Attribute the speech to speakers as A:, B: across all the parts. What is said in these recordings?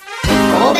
A: 神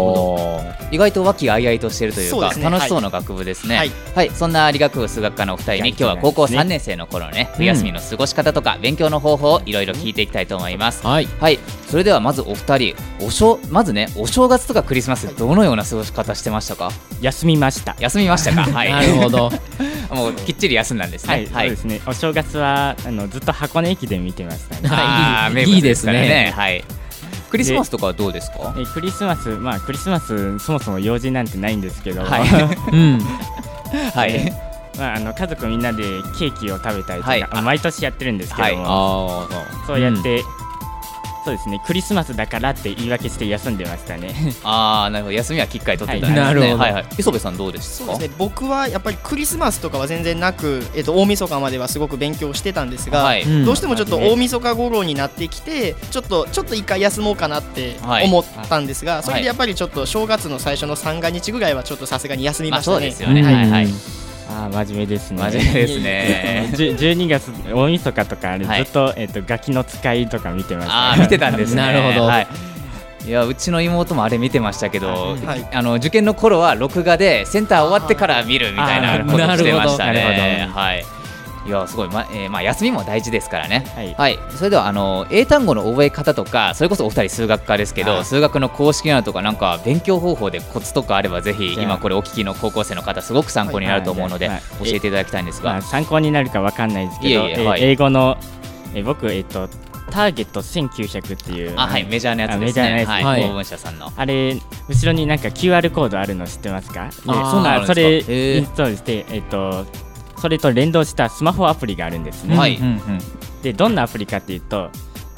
B: 意外と和気あいあいとしてるという
C: そう
B: か
C: ですね
B: 楽しそうな学部ですねは
C: はいい、
B: そんな理学部数学科のお二人に今日は高校3年生の頃のね冬休みの過ごし方とか勉強の方法をいろいろ聞いていきたいと思います、
D: はい
B: はいそれではまずお二人おしょまずねお正月とかクリスマスどのような過ごし方してましたか
E: 休みました。
B: 休みました かはい
D: なるほど
B: もうきっちり休んだんです
E: は
B: ね
E: い、そうですね。お正月はあのずっと箱根駅伝見てましたね。
B: あー
D: はい
B: 名
D: い
B: 物
D: いいです
B: から
D: ね
B: はいクリスマスとかはどうですか
E: えクリスマス、まあクリスマスそもそも用事なんてないんですけど、
B: はい
D: うん
B: はい
E: まああの家族みんなでケーキを食べたりとか、
B: はい
E: あ毎年やってるんですけども、
D: ああ
E: そうやって、そうですね。クリスマスだからって言い訳して休んでましたね。
B: ああなるほど休みはきっかり取ってたんですね、
D: はいなるほど
B: はいはい磯部さんどうです
C: そう
B: か
C: ですね、僕はやっぱりクリスマスとかは全然なく、えっと、大晦日まではすごく勉強してたんですが、
B: はい
D: うん
C: どうしてもちょっ と大晦日頃になってきてちょっとちょっと一回休もうかなって
B: はい
C: 思ったんですが、
B: い
C: それでやっぱりちょっと正月の最初の三が日ぐらいはちょっとさすがに休み
B: まあ
C: ました
B: そ
C: ね。
B: うですよ
D: う
B: ね、
D: ん
B: はいはい
E: ああ真面目ですね。
B: 真面目です ね
E: じゅ12月大晦日とかあれ、
B: はい
E: ずっとえっ、とガキの使いとか見てました。
B: ああ見てたんですね
D: なるほど
B: はいいやうちの妹もあれ見てましたけど、
C: はい
B: あの受験の頃は録画でセンター終わってから見るみたいなことをしてましたね。はい、いやすごい、まえーまあ、休みも大事ですからね。
E: はい
B: はい、それではあの英単語の覚え方とかそれこそお二人数学科ですけど
E: あ
B: 数学の公式などとかなんか勉強方法でコツとかあればぜひ
E: じゃあ
B: 今これお聞きの高校生の方すごく参考になると思うので
E: はいはい
B: 教えていただきたいんです
E: ま
B: が
E: あ、参考になるかわかんないですけ
B: い
E: ど
B: えいえ
E: えー
B: はい
E: 英語の、えー僕、えっとターゲット1900っていう
B: あはいメジャーなやつです
E: あメ
B: ね
E: ジャーな
B: はい
D: やつはい
B: 公文社さんの。
E: あれ後ろになんか QR コードあるの知ってますか
D: あーそう
B: なんですか
E: それ
B: へー
E: インストールして、えっとそれと連動したスマホアプリがあるんですね、
B: はい
D: うんうん
E: でどんなアプリかっていうと,、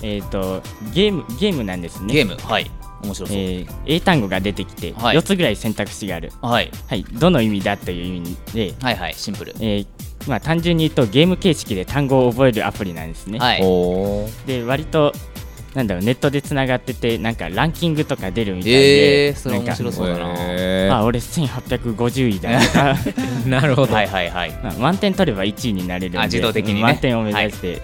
E: えっとゲームゲームなんですね
B: ゲームはい面白そう、
E: えー英単語が出てきて
B: はい
E: 4つぐらい選択肢がある、
B: はい
E: はい、どの意味だという意味で、
B: はいはいシンプル、
E: えーまあ、単純に言うとゲーム形式で単語を覚えるアプリなんですね、
B: はい
D: おー
E: で割となんだろうネットでつながっててなんかランキングとか出るみたいで、
B: えー、それ
E: なん
B: 面
E: か
B: 白そうだな、
D: へー
E: あ俺1850 位だとか
D: なるほど
B: はいはいはい
E: まあ満点取れば1位になれるんで
B: あ自動的にね
E: 満点を目指して、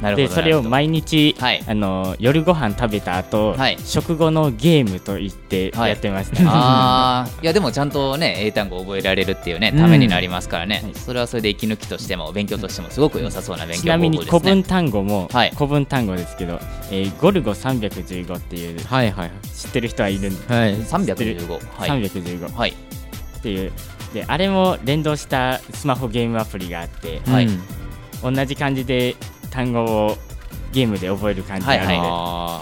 B: なるほど
E: でそれを毎日、
B: はい
E: あの夜ご飯食べた後、
B: はい
E: 食後のゲームと言って
B: はい
E: やってました、
B: あーいやでもちゃんとね英単語を覚えられるっていうねためになりますからね、
E: うん
B: それはそれで息抜きとしても勉強としてもすごく良さそうな勉
E: ち
B: 強
E: な
B: 方
E: みに古
B: 法ですね
E: 文単語も、
B: はい
E: 古文単語ですけど、えーゴルゴ315っていう
D: はいはい
E: 知ってる人はいるんで、
D: はい
B: 315はい、
E: 315
B: はい、
E: っていうであれも連動したスマホゲームアプリがあって、
B: はい
D: うん
E: 同じ感じで単語をゲームで覚える感じなので、
B: はいは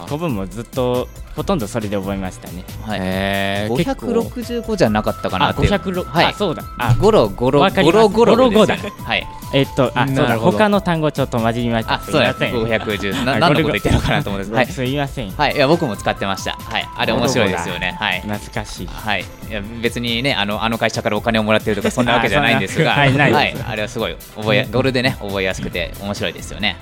D: あ
E: 古文もずっとほとんどそれで覚えましたね。
B: は
D: ー
B: い、
D: へー結構
B: 565じゃなかったかな
E: あ、
B: っていう
E: 506、
B: はい
E: あ、そうだ。あ、
B: ゴロゴロ
E: わかり
B: ゴ
E: ます
B: ロゴロ
E: ゴロゴロだ
B: はい
E: えっと、あ、そう
D: なる
E: だ。
D: ほど
E: 他の単語ちょっと混じりました。
B: あそうだ
E: すいません
B: 510な
E: あ
B: 何のこと
E: ゴルゴ
B: 言ってるのかなと思うんですはい
E: すいません。
B: はいいや僕も使ってましたはいあれ面白いですよねはい
E: 懐かしい。
B: はい、いや別にねあのあの会社からお金をもらってるとかそんなわけじゃないんですが
E: あそんなはいないです
B: あれはすごい覚えゴルでね覚えやすくて面白いですよね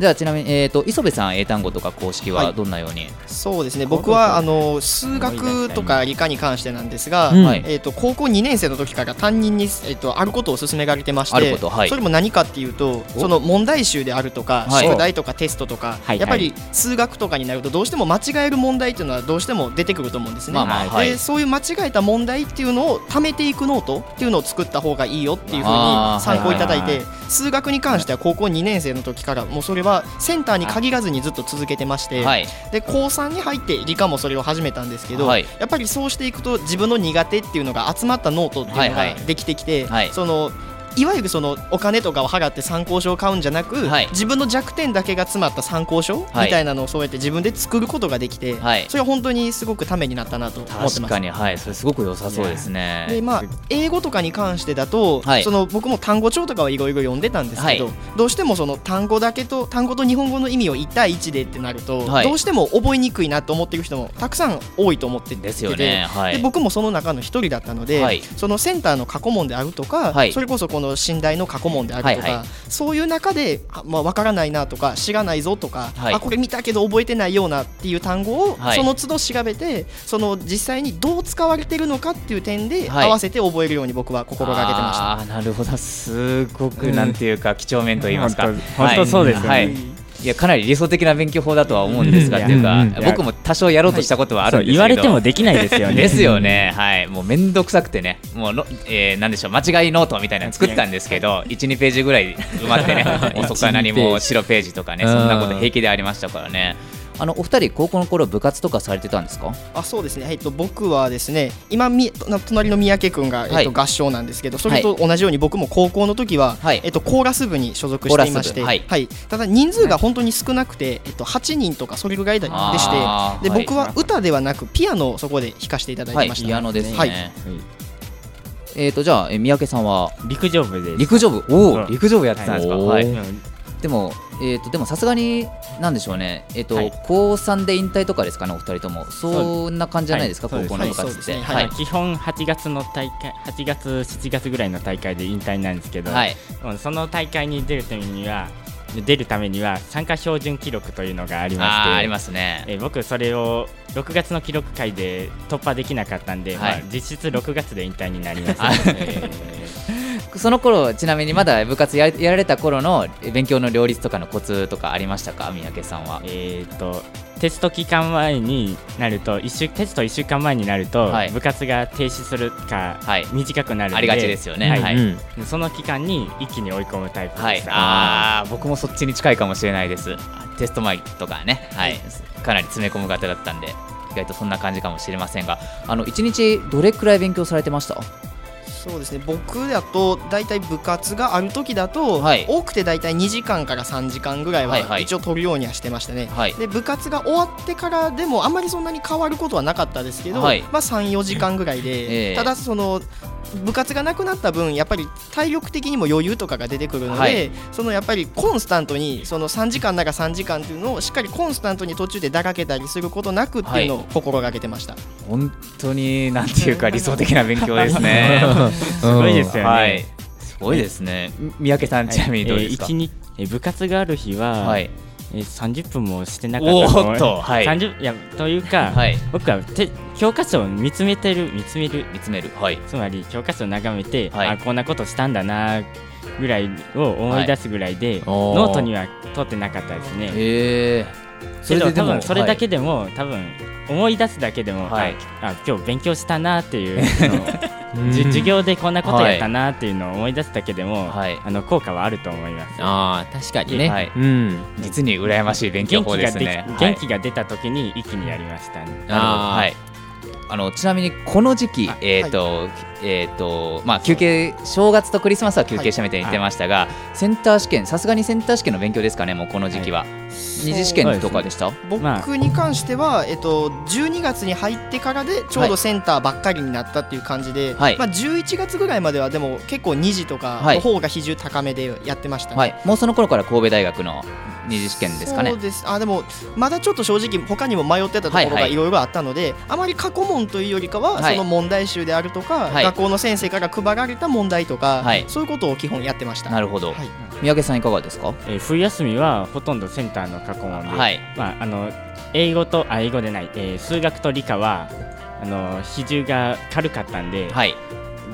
B: じゃあちなみに、えー、と磯部さん英単語とか公式は
C: はい
B: どんなように、
C: そうですね
E: 高校
C: 僕はあの数学とか理科に関してなんですが、
D: うん
B: はい
C: えっと高校2年生の時から担任に、えっとあることを勧められてまし
B: あるこ
C: て
B: とはい
C: それも何かっていうと
B: お
C: その問題集であるとか、
B: はい
C: 宿題とかテストとか、
E: はい
C: やっぱり数学とかになるとどうしても間違える問題っていうのはどうしても出てくると思うんですね。
B: まあまあはい
C: でそういう間違えた問題っていうのを貯めていくノートっていうのを作った方がいいよっていうふうに
B: あー
C: 参考いただい
E: はい
C: て数学に関しては高校2年生の時からもうそれはセンターに限らずにずっと続けてまして。
B: はい
C: で高3に入って理科もそれを始めたんですけど、
B: はい
C: やっぱりそうしていくと自分の苦手っていうのが集まったノートっていうの
B: はいは
C: が
B: い
C: できてきて、
B: はい
C: そのいわゆるそのお金とかを払って参考書を買うんじゃなく、
B: はい
C: 自分の弱点だけが詰まった参考書み
B: はい
C: たいなのをそうやって自分で作ることができて、
B: はい
C: それは本当にすごくためになったなと思ってます。
B: 確かにはいそれすごく良さそうですね
C: でまあ、英語とかに関してだと、
B: はい
C: その僕も単語帳とかはいろいろ読んでたんですけど、
B: はい
C: どうしてもその単語だけと単語と日本語の意味を1対1でってなると、
B: はい
C: どうしても覚えにくいなと思ってる人もたくさん多いと思ってて
B: ですよねはい
C: で僕もその中の一人だったので、
B: はい
C: そのセンターの過去問であるとか、
B: はい
C: それこそこの信頼の過去問であるとか、
B: はいは
C: そういう中で、あまあ、分からないなとか知らないぞとか、
B: はい
C: あこれ見たけど覚えてないようなっていう単語を、
B: はい
C: その都度調べてその実際にどう使われてるのかっていう点で、
B: はい
C: 合わせて覚えるように僕は心がけてました。
B: あーなるほどすごくなんていうか几帳面と言いますか
E: 本当本当そうですよね
B: はいはいいやかなり理想的な勉強法だとは思うんですが
E: うん
B: っていうか
E: うんうん
B: 僕も多少やろうとしたことはあるん
E: そ
B: ですけ
E: う
B: ど
E: 言われてもできないですよね
B: ですよね、はい、もう面倒くさくてね、もうの、えー、なんでしょう、間違いノートみたいなの作ったんですけど、1、2ページぐらい埋ま ってね、もうそこから何も白ページとかね、
D: うん
B: そんなこと平気でありましたからね。あのお二人、高校の頃部活とかされてたんですか
C: あそうですね、えっと、僕はですね今みな隣の三宅君が、えっと
B: はい
C: 合唱なんですけどそれと同じように僕も高校の時は、
B: はい
C: えっと、コーラス部に所属していまして、
B: コーラス部
C: ただ人数が本当に少なくて、えっと、8人とかそれぐらいでして
B: あー
C: で
B: はい
C: 僕は歌ではなくピアノをそこで弾かせていただい
B: は
C: て
B: い、
C: ました、
B: ピアノですね。
C: はい
B: えっ、と、じゃあ、え三宅さんは
E: 陸上部です
B: 陸上部、おお、
E: うん
B: 陸上部やってたんですか。
D: おー
B: はい
E: うん
B: でも、えっ、と、でも、さすがに、なんでしょうね、えっ、と、
E: はい
B: 高三で引退とかですかね、お二人とも、そんな感じじゃないですか、
E: そう
B: 高
E: です
B: 校の部
C: はいそ
B: 活
C: う
B: っ
C: で
B: て。
C: すね
B: はい、
E: 基本8月の大会8月7月ぐらいの大会で引退なんですけど、
B: はい、
E: うんその大会に出るためには出るためには参加標準記録というのがありまし
B: あ
E: て
B: ーありますね。
E: えー僕それを6月の記録会で突破できなかったんで、
B: はい
E: まあ、実質6月で引退になりました、
B: あ
E: え
B: その頃ちなみにまだ部活ややられた頃の勉強の両立とかのコツとかありましたか三宅さんは
E: ー。えーっとテスト期間前になると一週テスト1週間前になると、
B: はい
E: 部活が停止するか、
B: はい
E: 短くなるんで
B: ありがちですよね。
E: はい
B: はい。
D: うん
E: その期間に一気に追い込むタイプ
B: は
E: で
B: い
E: し、た、
B: ああ僕もそっちに近いかもしれないです。テスト前とかね、はい、かなり詰め込む方だったんで意外とそんな感じかもしれませんがあの一日どれくらい勉強されてました
C: そうですね僕だと大体部活がある時だと、
B: はい
C: 多くて大体2時間から3時間ぐらい
B: はいは
C: はい一応取るようにはしてましたね、
B: はい
C: で部活が終わってからでもあんまりそんなに変わることはなかったですけど、
B: はい
C: まあ、34時間ぐらいで、
B: ええ
C: ただその部活がなくなった分やっぱり体力的にも余裕とかが出てくるので、
B: はい
C: そのやっぱりコンスタントにその3時間なら3時間っていうのをしっかりコンスタントに途中でだらけたりすることなくっていうのを心がけてました、
B: 本当になんていうか理想的な勉強ですね。
D: す
E: すごいですよね、
B: はい、すごいですね。三宅さんちなみにどうですか
E: えー一日えー部活がある日は、
B: はい。
E: えー30分もしてなかったと思
B: おーっとはい
E: 30いやというか、
B: はい。
E: 僕はて教科書を見つめてる見つめる
B: 見つめる。はい。
E: つまり教科書を眺めて、
B: はい
E: あこんなことしたんだなぐらいを思い出すぐらいで、
D: おー
E: ノートには取ってなかったですね。
B: へえ。
E: けど多分それだ
B: はい
E: けでも、多分思い出すだけでも、
B: はい
E: ああ今日勉強したなっていう のをじ授業でこんなことやったなっていうのを思い出すだけでも、
B: はい
E: あの効果はあると思います。
D: ああ確かにね、
B: はい
D: うん
B: 実に羨ましい勉強
E: 元
B: 法
E: 気
B: で
E: が
B: す
E: で
B: ね。
E: き
B: は
E: 元
B: い
E: 気が出た時に一気にやりましたね。
B: なるほど
D: あー
B: はい。あのちなみにこの時期
C: あ、
B: えっ、と、えっ、とまあ休憩正月とクリスマスは休憩したみたいに言ってましたが、センター試験さすがにセンター試験の勉強ですかねもうこの時期は、二次試験とかでした。
E: まあ
C: 僕に関しては、えっと、12月に入ってからでちょうどセンターばっかりになったっていう感じで、
B: はい
C: まあ、11月ぐらいまではでも結構2時とか
B: はい
C: の方が比重高めでやってましたね。
B: はい。もうその頃から神戸大学の二次試験ですかね
C: そう。ですあでもまだちょっと正直他にも迷ってたとこ
B: はい
C: ろ
B: は
C: が
B: い
C: いろいろあったので、あまり過去問というよりかは、
B: はい
C: その問題集であるとか、
B: はい
C: 学校の先生から配られた問題とか、
B: はい
C: そういうことを基本やってました。
B: なるほど。
C: はい
B: 三宅さんいかがですか。
E: えー冬休みはほとんどセンターの過去問で、
B: はい
E: まあ、あの英語とあ英語でない、えー数学と理科はあの比重が軽かったんで、
B: はい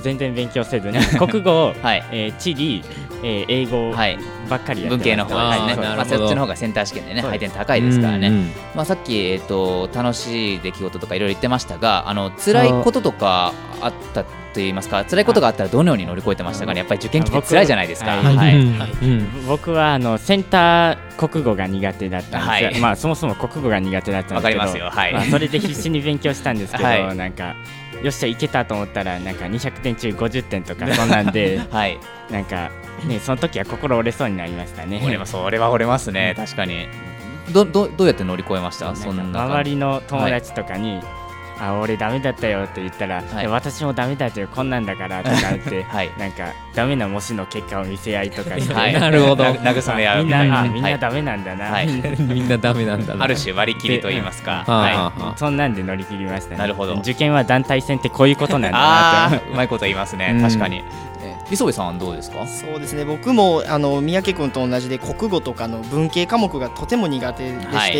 E: 全然勉強せずに 国語、
B: はい。
E: えー地理、えー英語ば
B: はい
E: っかりやってました
B: 文系の方です
E: は
B: ね
D: な
E: い、
B: ま
D: る
B: あ、
D: ほど
B: そっちの方がセンター試験でね、
E: そう
B: 配
E: です
B: 点高いですからね、
D: うんうん
B: まあ、さっき、えー、と楽しい出来事とかいろいろ言ってましたが、あの辛いこととかあったっといいますか辛いことがあったらどのように乗り越えてましたかねやっぱり受験期って辛いじゃないですか。
E: 僕
B: はい
F: うんうん
E: 僕はあのセンター国語が苦手だったんですよ、
B: はい
E: まあそもそも国語が苦手だったんですけど
B: わかりますよはい
E: まあそれで必死に勉強したんですけど、
B: はい
E: なんかよっしゃいけたと思ったらなんか200点中50点とかそんなん で
B: はい、
E: なんかねその時は心折れそうになりましたね
B: 折れます、俺は折れますね、確かに。どどどうやって乗り越えました、そんな
E: なんか
B: 感じ
E: 周りの友達とかに、あ俺ダメだったよって言ったら、
B: はい
E: いや私もダメだったよこんなんだからとか言って、
B: はい
E: なんかダメな模試の結果を見せ合いとかして、
B: はい、
D: なるほ ど
B: な慰め合う
E: みんなあ
B: はい
E: みんなダメなんだな、
B: はい
D: みんなダメなんだな
B: ある種割り切りと言いますか、
D: はあ
B: はい、
D: は
B: あ
D: あはあ
E: そんなんで乗り切りましたね
B: なるほど
E: 受験は団体戦ってこういうことなんだな
B: あ
E: と
B: ーうまいこと言いますね、
E: うん
B: 確かに。え磯部さんはどうですか
C: そうですね僕もあの三宅君と同じで国語とかの文系科目がとても苦手でして、
B: はい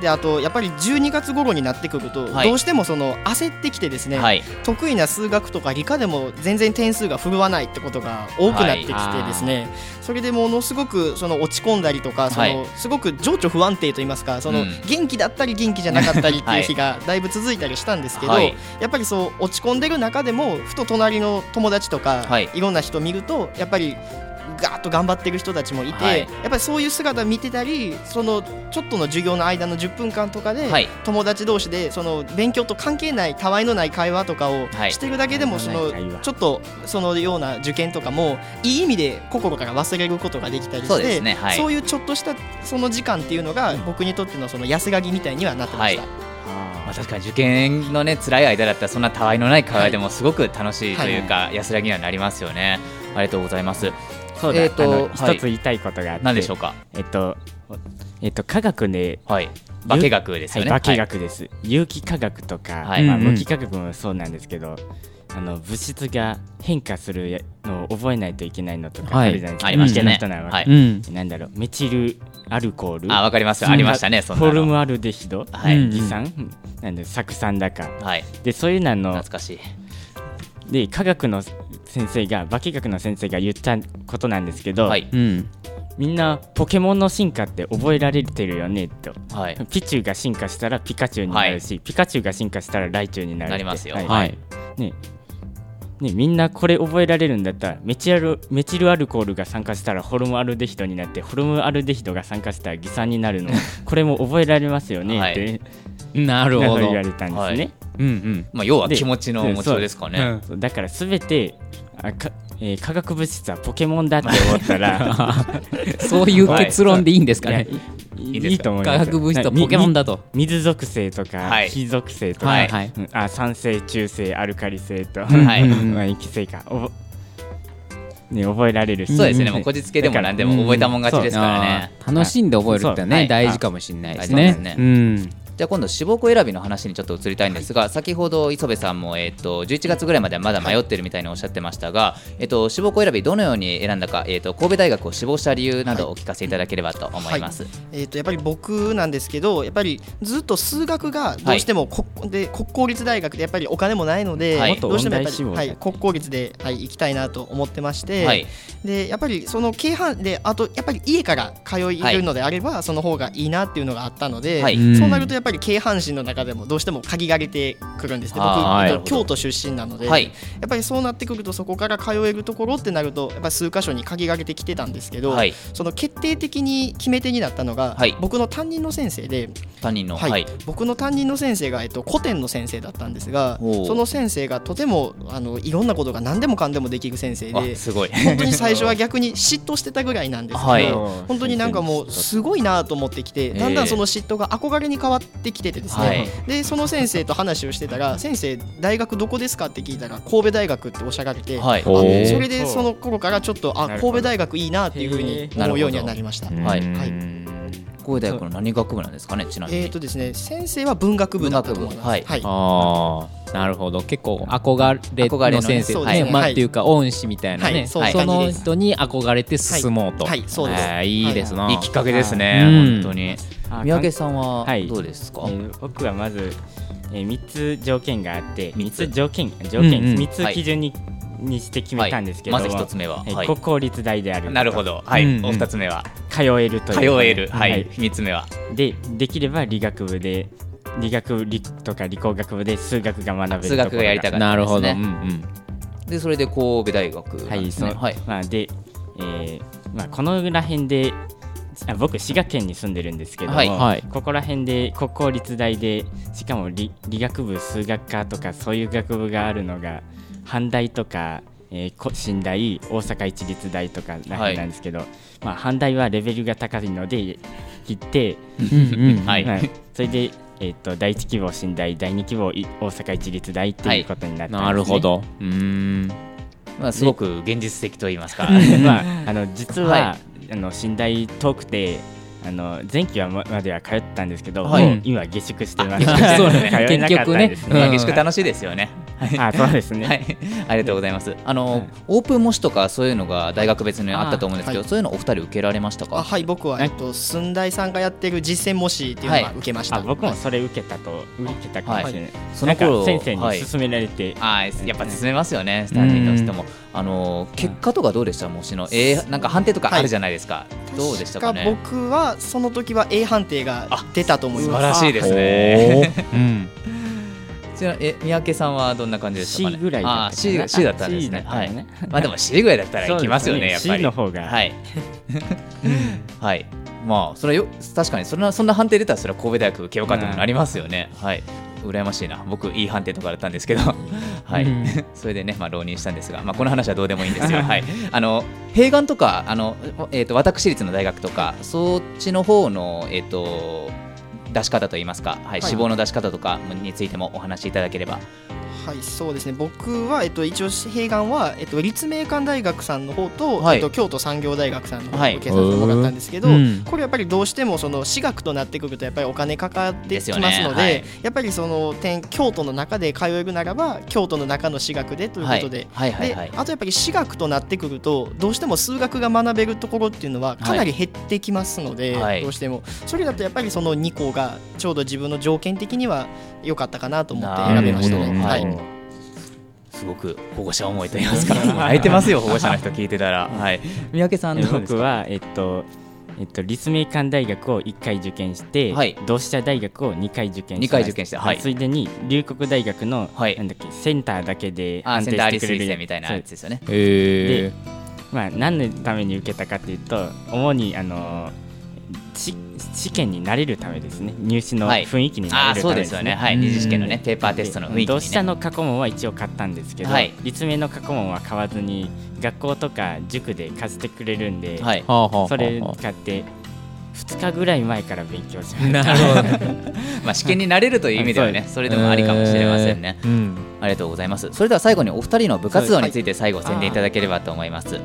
C: であとやっぱり12月頃になってくると、
B: はい
C: どうしてもその焦ってきてですね、
B: はい、
C: 得意な数学とか理科でも全然点数が振るわないってことが多くなってきてですね、それでものすごくその落ち込んだりとかその、
B: はい
C: すごく情緒不安定と言いますかその、
B: うん
C: 元気だったり元気じゃなかったりって
B: はいいう
C: 日がだいぶ続いたりしたんですけど、
B: はい
C: やっぱりそう落ち込んでる中でもふと隣の友達とか、
B: はい
C: い、ろんな人見るとやっぱり。ガーッと頑張ってる人たちもいて、
B: はい
C: やっぱりそういう姿見てたりそのちょっとの授業の間の10分間とかで、
B: はい
C: 友達同士でその勉強と関係ないたわいのない会話とかを
B: はい
C: してるだけでも そ
E: は
C: の
E: いはいはい
C: ちょっとそのような受験とかもいい意味で心から忘れることができたり
B: そう
C: し
B: で
C: て
B: すねはい
C: そういうちょっとしたその時間っていうのが僕にとってのその安らぎみたいにはなってました。
B: はまあ、確かに受験のね辛い間だったらそんなたわいのない会話でもすごく楽しいというか、安らぎにはなりますよね。ありがとうございます。
E: そうだ、
B: えーと
E: あの
B: はい
E: 一つ言いたいことがあって
B: 何でしょうか、
E: えっとえっと科学で
B: はい、化学ですよね。
E: はい、化学です、有機化学とか、
B: はい
E: まあ、
D: うんうん
E: 無機化学もそうなんですけど、あの物質が変化するやのを覚えないといけないのとか
D: はい
E: あるじゃないですか、
B: ありましたね
E: 理系の人ならわか
B: はい
D: うん
E: なんだろうメチルアルコール
B: あ、わかります。ありましたね。そん
E: フ
B: な
E: ォル
B: の。
E: ムアルデヒド、
B: はい
E: 偽酸なんで酢酸だか
B: はい。
E: でそういうなの
B: 懐かしい。
E: で科学の先生が化学の先生が言ったことなんですけど、
B: はい。
D: うん
E: みんなポケモンの進化って覚えられてるよねと
B: はい。
E: ピチュウが進化したらピカチュウになるし、ピカチュウが進化したらライチュウになるって
B: なりますよ
E: はい
D: はい
E: ねねみんなこれ覚えられるんだったらメチルメチルアルコールが酸化したらホルムアルデヒドになってホルムアルデヒドが酸化したら偽酸になるのこれも覚えられますよね
B: はい
E: って、
D: なる
E: なん
D: ほ
E: か
D: ど
E: 言われたんですね、
B: はい
D: うんうん
B: まあ、要は
E: で
B: 気持ちの持ちようですかね。
E: そうだからすべてあか、えー化学物質はポケモンだって思ったら
D: そういう結論でいいんですか
E: いや
D: ね
E: いい
B: いい
E: い
B: ですか
E: いと思いま
D: 化
E: す
D: 学物質はポケモンだと
E: 水属性とか、
B: はい
E: 非属性とか、
B: はい
D: はい
E: うんあ酸性中性アルカリ性と、
B: は
D: うん
B: い。
D: うん
E: まあ液性かおぼね覚えられるし
B: そうですね。もうこじつけでも何でも覚えたもん勝ちですから
D: あ
B: ね。
D: ー楽しんで覚えるって
B: は
D: ね
B: い
D: 大事かもしれないです
B: はい
D: ね
B: そうですね
D: うん
B: じゃあ今度志望校選びの話にちょっと移りたいんですが、先ほど磯部さんもえっと11月ぐらいまではまだ迷ってるみたいにおっしゃってましたが、えっと志望校選びどのように選んだか、えっと神戸大学を志望した理由などお聞かせいただければと思います。
C: えー、とやっぱり僕なんですけどやっぱりずっと数学がどうしても国,、で国公立大学でやっぱりお金もないので、
B: はい
C: どうしてもやっぱ
E: 元
C: り、
E: 音大志望だ
C: は
E: っけ
C: い、国公立で、はい、行きたいなと思ってまして、
B: はい
C: でやっぱりその京阪であとやっぱり家から通い入るのであれば、その方がいいなっていうのがあったので、
B: はい
C: そうなるとやっぱり京阪神の中でもどうしても限られてくるんですね僕、
B: あー
C: えっ
B: なるほ
C: と
B: ど
C: 京都出身なので、
B: はい
C: やっぱりそうなってくるとそこから通えるところってなるとやっぱり数箇所に限られてきてたんですけど、
B: はい
C: その決定的に決め手になったのが、
B: はい
C: 僕の担任の先生で、
B: 他人の
C: はい
B: はい
C: 僕の担任の先生が、えっと、古典の先生だったんですが
B: おう
C: その先生がとてもあのいろんなことが何でもかんでもできる先生
B: あ
C: で。
B: すごい。
C: 本当に最初は逆に嫉妬してたぐらいなんですけど、
B: はい
C: 本当になんかもうすごいなと思ってきて
B: ええ
C: だんだんその嫉妬が憧れに変わってきててですね、
B: はい
C: でその先生と話をしてたら先生大学どこですかって聞いたら神戸大学っておっしゃられて、
B: はい
C: あ
D: おー
C: それでその頃からちょっとあ
E: なるほど
C: 神戸大学いいなっていうふうに思うようにはなりました。
B: はい
C: はい
B: 神戸大学の何学部なんですかねちなみ
C: えー
B: に。
C: とですね、先生は文学部だったと思います。
B: 文学部
C: はい
D: ああなるほど結構憧れ
B: 憧れの
D: の
B: ね
D: 先生
C: そう
D: ね
C: ですね
D: まあ
C: はい
D: っていうか恩師みたいな
C: は
D: ね
C: い
D: そ
C: そういう感じ
D: の
C: です
D: 人に憧れて進もうと
C: はいはいそうです
D: あーいいですない
B: いきっかけですね
D: はいうん
B: 本当に。
E: あ
B: 三宅さんは
E: はい
B: どうですか。
E: えー僕はまず、えー、3つ条件があって
B: 三
E: 3
B: つ
E: つ条件条件、
D: うんうん
E: 三つ基準に,、にして決めたんですけど
B: は
E: も、
B: いまず一つ目は
E: えー
B: はい
E: 国公立大であること
B: なるほど。はい。
D: うんうん
B: お二つ目は
E: 通えるという
B: 通える。は
E: はいい。
B: 三つ目は
E: でできれば理学部で理学理とか理工学部で数学が学べる
B: 数学がやりたかったですね。
E: く
D: なるほど、うん
B: でそれで神戸大学なん
E: はい、
B: です
E: そう
B: ねはい
E: まあで、えーまあ、このら辺であ僕滋賀県に住んでるんですけども、
B: はい
D: はい
E: ここら辺で国公立大でしかも理理学部数学科とかそういう学部があるのが阪大とか、えーこ、新大大阪市立大とから辺なんですけど、まあ、阪大はレベルが高いので切って、
B: は
E: はいい、それで、えー、と第一希望新大第二希望い大阪市立大っていうことになったんです、ね
D: なるほどうーん
B: まあすごく現実的と言いますか
E: まあ、あの実は、
B: は
E: あの寝台遠くてあの前期はままでは通ったんですけど、
B: はい
E: もう今下宿してます。
B: あ下宿そ
E: 通
B: う
D: ね
E: えなかったんです
D: うん
B: まあ
E: ね。
B: 下宿楽しいですよね
E: あ、そうです
B: は
E: ね。
B: い、ありがとうございます。あの、オープン模試とかそういうのが大学別にあったと思うんですけど、
C: あは
B: そういうのお二人受けられましたか？
C: あはい僕は、えっと、寸大さんがやってる実践模試っていうの
B: は
C: が
B: い
C: 受けました、
E: あ、僕もそれ受けたと受けたかもしれない。
B: そ
E: な
B: の
E: んか
B: 頃
E: 先生に
B: はい
E: 勧められて、
B: あーやっぱ進めますよね、スターティングの人も。あの結果とかどうでした？模試の、えー、なんか判定とかあるじゃないですか。どうでしたかね
C: 確。か僕はその時は A 判定が出たと思い
B: 素
C: ま
B: 晴
C: す
B: らしいですね。
D: おーうん
B: ちなえ三宅さんはどんな感じでしたかね
E: C ぐらい
B: あ
E: だったかな
B: ー C が C だったんですね
E: C だったのね
B: はい、まあでも C ぐらいだったらいきますよね
E: そうです
B: やっぱり
E: C の方が
B: はいはいまあそれはよ確かにそんなそんな判定出たらそれは神戸大学受けようかってもなりますよね、はい羨ましいな僕いい判定とかだったんですけど はい、
D: うん
B: それでねまあ浪人したんですがまあこの話はどうでもいいんで すよはいあの併願とかあのえっ、と私立の大学とかそっちの方のえっ、と出し方といいますか、はい、志望の出し方とかについてもお話しいただければ
C: はい、そうですね。僕はえっと一応併願はえっと立命館大学さんの方と、
B: はい
C: えっと京都産業大学さんの方
B: は
C: を
B: い
C: 受けさせてもらったんですけど、
D: うん
C: これやっぱりどうしてもその私学となってくるとやっぱりお金かかって
B: です
C: き
B: よね
C: ますので、
B: はい
C: やっぱりその点京都の中で通えるならば京都の中の私学でということで。
B: はい、はいはい
C: で
B: はい
C: あとやっぱり私学となってくるとどうしても数学が学べるところっていうのはかなり減ってきますので、
B: はい
C: どうしてもそれだとやっぱりその2校がちょうど自分の条件的には良かったかなと思って選びました
B: なるほ
C: ね。
B: ど
C: はい
B: うんすごく保護者思いと言います か泣いてますよ保護者の人聞いてたらはい三宅さん
E: え
B: どうです
E: 僕
B: か
E: はえっと。えっと、立命館大学を1回受験して、
B: はい
E: 同志社大学を2回受験しま
B: 二
E: した
B: 回受験してはい
E: ついでに龍谷大学の、
B: はい
E: なんだっけセンターだけで
B: あ
E: 安
B: セ
E: 定
B: ンター
E: し
B: リ
E: て
B: ス
E: く
B: 推
E: れる
B: 薦みたいなやつですよね
D: へえ
E: まあ、何のために受けたかというと主にあのし試験に慣れるためですね入試の
B: はい
E: 雰囲気に
B: あ
E: 慣
B: あ
E: れる
B: そ
E: た
B: う
E: め
B: で
E: ですす
B: よ
E: ね。
B: ねはい
D: うん
B: 二次試験のねペーパーテストの雰囲
E: 同
B: 気
E: 志
B: に
E: 社
B: ね
E: の過去問は一応買ったんですけど、
B: はい
E: 立命の過去問は買わずに学校とか塾で貸してくれるんで、
B: はい
D: はあはあ
E: それ使って2日ぐらい前から勉強しました
D: なるほど
B: まあ試験に慣れるという意味ではねそれでもありかもしれませんね
D: えーうん
B: ありがとうございますそれでは最後にお二人の部活動について最後宣伝いただければと思います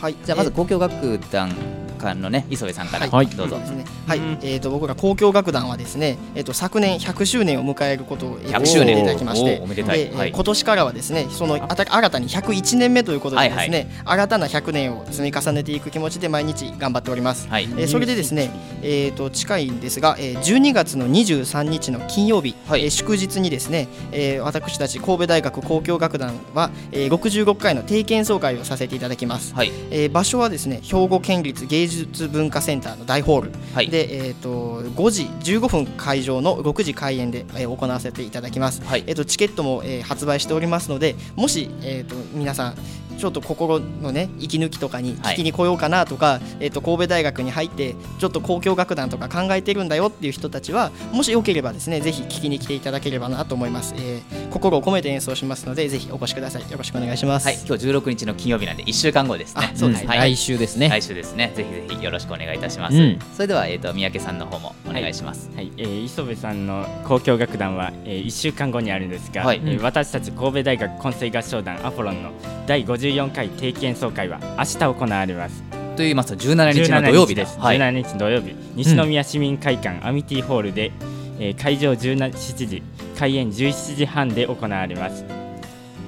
C: はい、
B: じゃあまず公共楽団館のね磯部さんから
D: はい
B: どうぞ
C: ですね。はい、えっ、と僕ら交響楽団はですね、えっ、と昨年100周年を迎えることを
B: 100周年
C: いただきまし
B: お
C: て
B: ー、おめでたい
C: で
B: はい
C: 今年からはですね、そのあた新たに101年目ということでですね、新たな100年を積み重ねていく気持ちで毎日頑張っております。
B: はい
C: えーそれでですね、えー、と近いんですが、えー、12月の23日の金曜日、
B: はい
C: えー祝日にですね、えー私たち神戸大学交響楽団は、えー、66回の定期演奏会をさせていただきます、
B: はい
C: えー場所はですね兵庫県立芸術文化センターの大ホール、
B: はい
C: で、えー、と5時15分会場の6時開演で、えー行わせていただきます、
B: はい
C: えー、とチケットも、えー発売しておりますのでもし、えー、と皆さんちょっと心のね息抜きとかに聞きに来ようかなとか、えー、と神戸大学に入ってちょっと交響楽団とか考えてるんだよっていう人たちはもしよければですねぜひ聞きに来ていただければなと思います、えー心を込めて演奏しますのでぜひお越しくださいよろしくお願いします、
B: はい、今日16日の金曜日なんで1週間後ですね。
C: あそうですね
B: はい、
D: 来週ですね、
B: 来週ですね。ぜひぜひよろしくお願いいたします。
D: うん
B: それでは、えー、と三宅さんの方もお願いします。
E: はいえー、磯部さんの交響楽団は、えー、1週間後にあるんですが、
B: はい
E: えー私たち神戸大学混声合唱団アポロンの第54回定期演奏会は明日行われます
B: と言いますと17日の土曜日です。はい、
E: 17日土曜日西宮市民会館アミティホールで、えー会場17時開演17時半で行われます、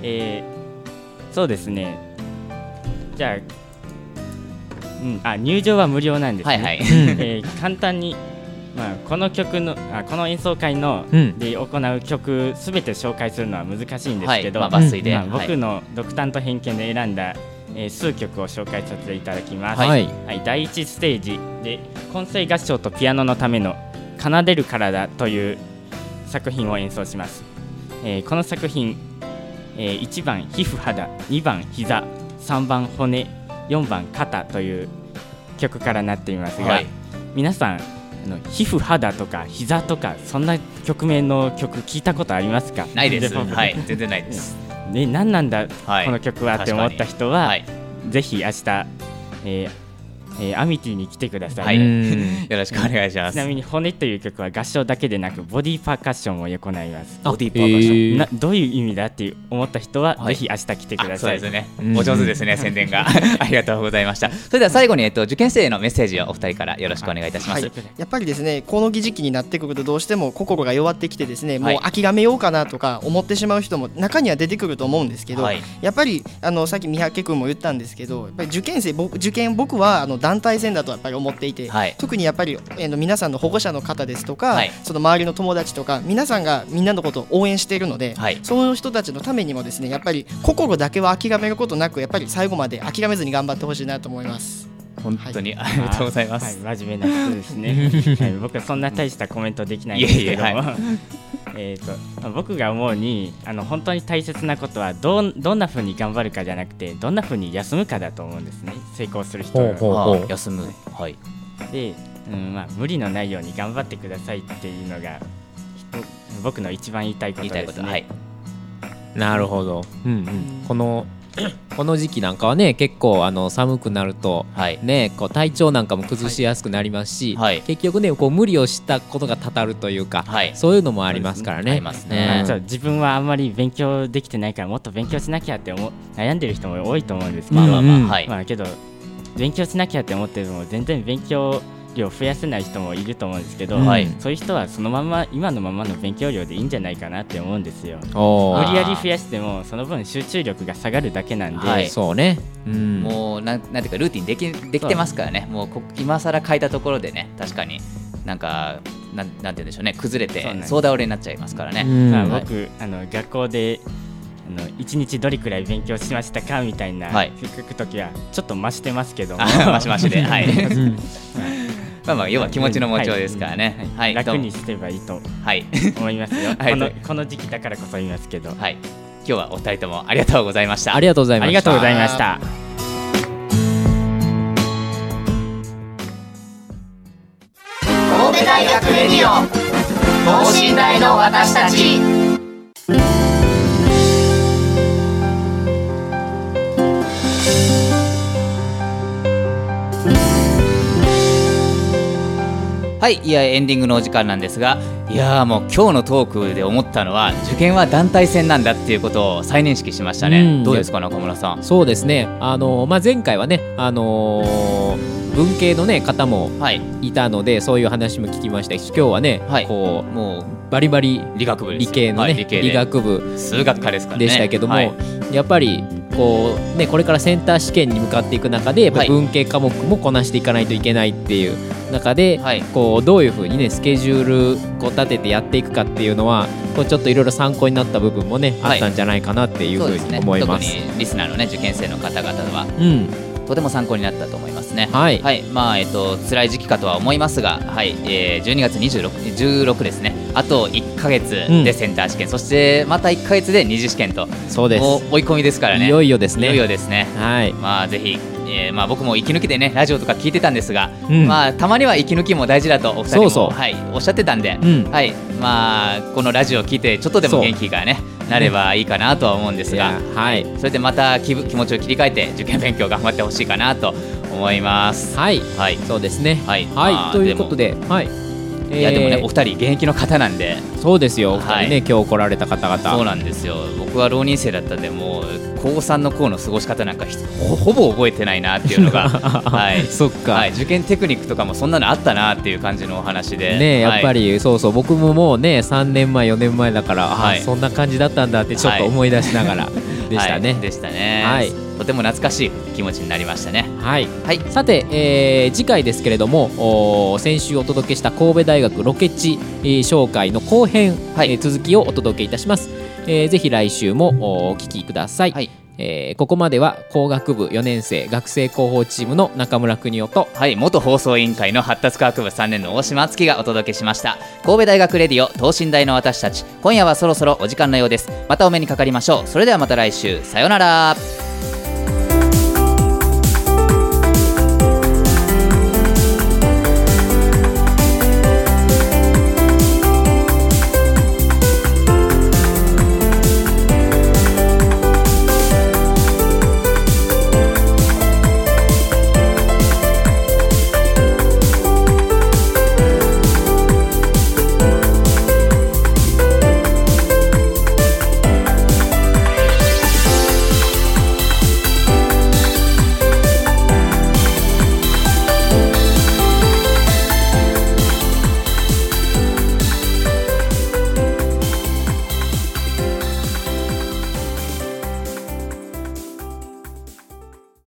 E: えーそうですねじゃあ,、うん、あ入場は無料なんです
B: はい、
E: ね、
B: はい。
E: えー簡単に、まあ、この曲のあこの演奏会の、
D: うん
E: で行う曲すべて紹介するのは難しいんです
B: は
E: け
B: い、
E: ど、
B: まあ抜粋で。
E: まあ
B: はい
E: 僕の独断と偏見で選んだ、えー数曲を紹介させていただきます、
D: はい
E: 第1ステージで混声合唱とピアノのための「奏でる体」という作品を演奏します、えーこの作品えー1番皮膚肌2番膝3番骨4番肩という曲からなっていますが、
B: はい
E: 皆さんあの皮膚肌とか膝とかそんな曲名の曲聞いたことありますか
B: ないです。
E: ね
B: はい、全然ないです。
E: ね何なんだ、
B: はい
E: この曲はって思った人は、
B: はい、
E: ぜひ明日、えーえーアミティに来てください、
B: は
D: う
B: い
D: ん
B: よろしくお願いしま
E: ち
B: す
E: な。みに「骨」という曲は合唱だけでなくボディーパーカッションも行います
B: ボディーパーカッション
D: へー
E: などういう意味だって思った人は、
B: はい
E: ぜひ明日来てく
B: あ
E: だ
B: そうで
E: さい
B: すね
D: うん。
B: お上手ですね、宣伝が。ありがとうございました。それでは最後に、えっと、受験生へのメッセージをお二人からよろしくお願いいたしま
C: は
B: す。
C: い、やっぱりですねこの時期になってくるとどうしても心が弱ってきてですね
B: はい
C: もう諦めようかなとか思ってしまう人も中には出てくると思うんですけど、
B: はい
C: やっぱりあのさっき三宅君も言ったんですけどやっぱり受験生僕受験僕はあの団体戦だとやっぱり思っていて、
B: はい
C: 特にやっぱり、えーの皆さんの保護者の方ですとか、
B: はい
C: その周りの友達とか皆さんがみんなのことを応援しているので、
B: はい
C: その人たちのためにもですねやっぱり心だけは諦めることなくやっぱり最後まで諦めずに頑張ってほしいなと思います。
B: 本当にありがとうございます。
E: はい、真面目な人です ね、はい、僕はそんな大したコメントできないんですけども
B: いえいえは
E: えーと僕が思うにあの本当に大切なことはどんどんなふうに頑張るかじゃなくてどんなふうに休むかだと思うんですね成功する人
D: ほう
E: が
D: ほう
B: あ休む。はい。
E: で、うんまあ、無理のないように頑張ってくださいっていうのが人僕の一番言いたいこ
B: 言い
E: と
B: たい
E: で
B: こ
E: す
B: と。
E: ね。
B: はい。
D: なるほど、うんうん、このこの時期なんかはね結構あの寒くなると
B: はい。
D: ね、こう体調なんかも崩しやすくなりますし、
B: はい
D: 結局ねこう無理をしたことがたたるというか、
B: はい
D: そういうのもありますからね。
B: ありますね
E: まあ
D: うん
E: ちょっと自分はあんまり勉強できてないからもっと勉強しなきゃって思う悩んでる人も多いと思うんですけど、
B: まあまあまあ、
D: うん
B: はい。
E: まあけど勉強しなきゃって思っても全然勉強量増やせない人もいると思うんですけど、
D: はい
E: そういう人はそのまま今のままの勉強量でいいんじゃないかなって思うんですよ
D: お
E: 無
D: ー
E: 理やり増やしてもその分集中力が下がるだけなんで、
B: はい
D: そうね、うん、
B: もうなんなんていうかルーティンできできてますからね、もうこ今更変えたところでね、確かになんか、なんなんて言うんでしょうね、崩れ
E: そうなん
B: て、
E: です
B: そう倒れになっちゃいますから
D: う
B: ね。
D: ん
E: まあ、僕あの学校であの1日どれくらい勉強しましたかみたいな
B: はい
E: 聞く時はちょっと増してますけども
B: あ マシマシで、はい。
D: うん
B: まあまあ、要は気持ちの持ちようですからね。はい。どう
E: 楽
B: も
E: にすればいいと
B: はい。
E: 思いますよ、
B: はい
E: このこの時期だからこそ言いますけど、
B: はい。今日はお二人ともありがとうございました。
D: ありがとうございま
E: あ
D: した
E: りがとうございました。
A: 神戸大学レディオン等身大の私たち
B: はい、いやエンディングのお時間なんですがいやーもう今日のトークで思ったのは受験は団体戦なんだっていうことを再認識しましたね、
D: うん
B: どうですか中村さん
D: そうですね、あのまあ、前回はね、あのー文系の、ね、方も
B: はい
D: いたのでそういう話も聞きましたし今日はね、
B: はい
D: こ
B: もう
D: うバリバリ
B: 理学部です
D: 理系の、ね
B: はい理系で
D: 学部
B: 数学科ですからね
D: でしたけども、
B: はい
D: やっぱりこう、ね、これからセンター試験に向かっていく中でやっぱ
B: はい
D: り文系科目もこなしていかないといけないっていう中で、
B: はい
D: こうどういうふうにねスケジュールこう立ててやっていくかっていうのはこうちょっといろいろ参考になった部分もね、
B: はい
D: あったんじゃないかなっていう
B: そう
D: ふう
B: です
D: に
B: ね
D: 思います。
B: 特にリスナーのね受験生の方々は
D: うん、
B: とても参考になったと思いますね
D: はい、
B: はい、まあえっと辛い時期かとは思いますが、はい、えー、12月26 16ですね。あと1ヶ月
D: うん
B: でセンター試験、そしてまた1ヶ月で二次試験と、
D: そうです
B: もう追い込みですからね。
D: いよいよですね
B: いよいよですね。
D: はい、
B: まあぜひ、えーまあ僕も息抜きでねラジオとか聞いてたんですが、
D: うん
B: まあたまには息抜きも大事だとお二人も
D: そうそう
B: はいおっしゃってたんで、
D: うん
B: はいまあこのラジオ聞いてちょっとで
D: そ
B: も
D: う
B: 元気がねなればいいかなとは思うんです
D: い
B: が
D: や、はい、
B: それでまた気分気持ちを切り替えて受験勉強頑張ってほしいかなと思います。
D: はい、
B: はい。
D: そうですね。
B: はいまあ
D: ということで、はい、
B: いやでもね、
D: えー
B: お二人現役の方なんで
D: そうですよ、お二人
B: はい
D: ね、今日来られた方々。
B: そうなんですよ僕は浪人生だったんでもう高3の頃の過ごし方なんかひほほぼ覚えてないなっていうの が、はい、
D: そっか、
B: はい、受験テクニックとかもそんなのあったなっていう感じのお話で、
D: ねやっぱ
B: り、
D: り、そうそう僕ももうね3年前4年前だから、あー
B: はい
D: そんな感じだったんだってちょっと思い出しな がらでした
B: はい
D: ね
B: でしたね、
D: はい
B: とても懐かしい気持ちになりましたね
D: はい、
B: はい
D: さて、えー次回ですけれどもおー先週お届けした神戸大学ロケ地、えー紹介の後編、
B: はい
D: えー続きをお届けいたします、えーぜひ来週もおお聞きください、
B: はい
D: えーここまでは工学部4年生学生広報チームの中村邦夫と
B: はい元放送委員会の発達科学部3年の大島敦樹がお届けしました神戸大学レディオ等身大の私たち今夜はそろそろお時間のようですまたお目にかかりましょうそれではまた来週さようなら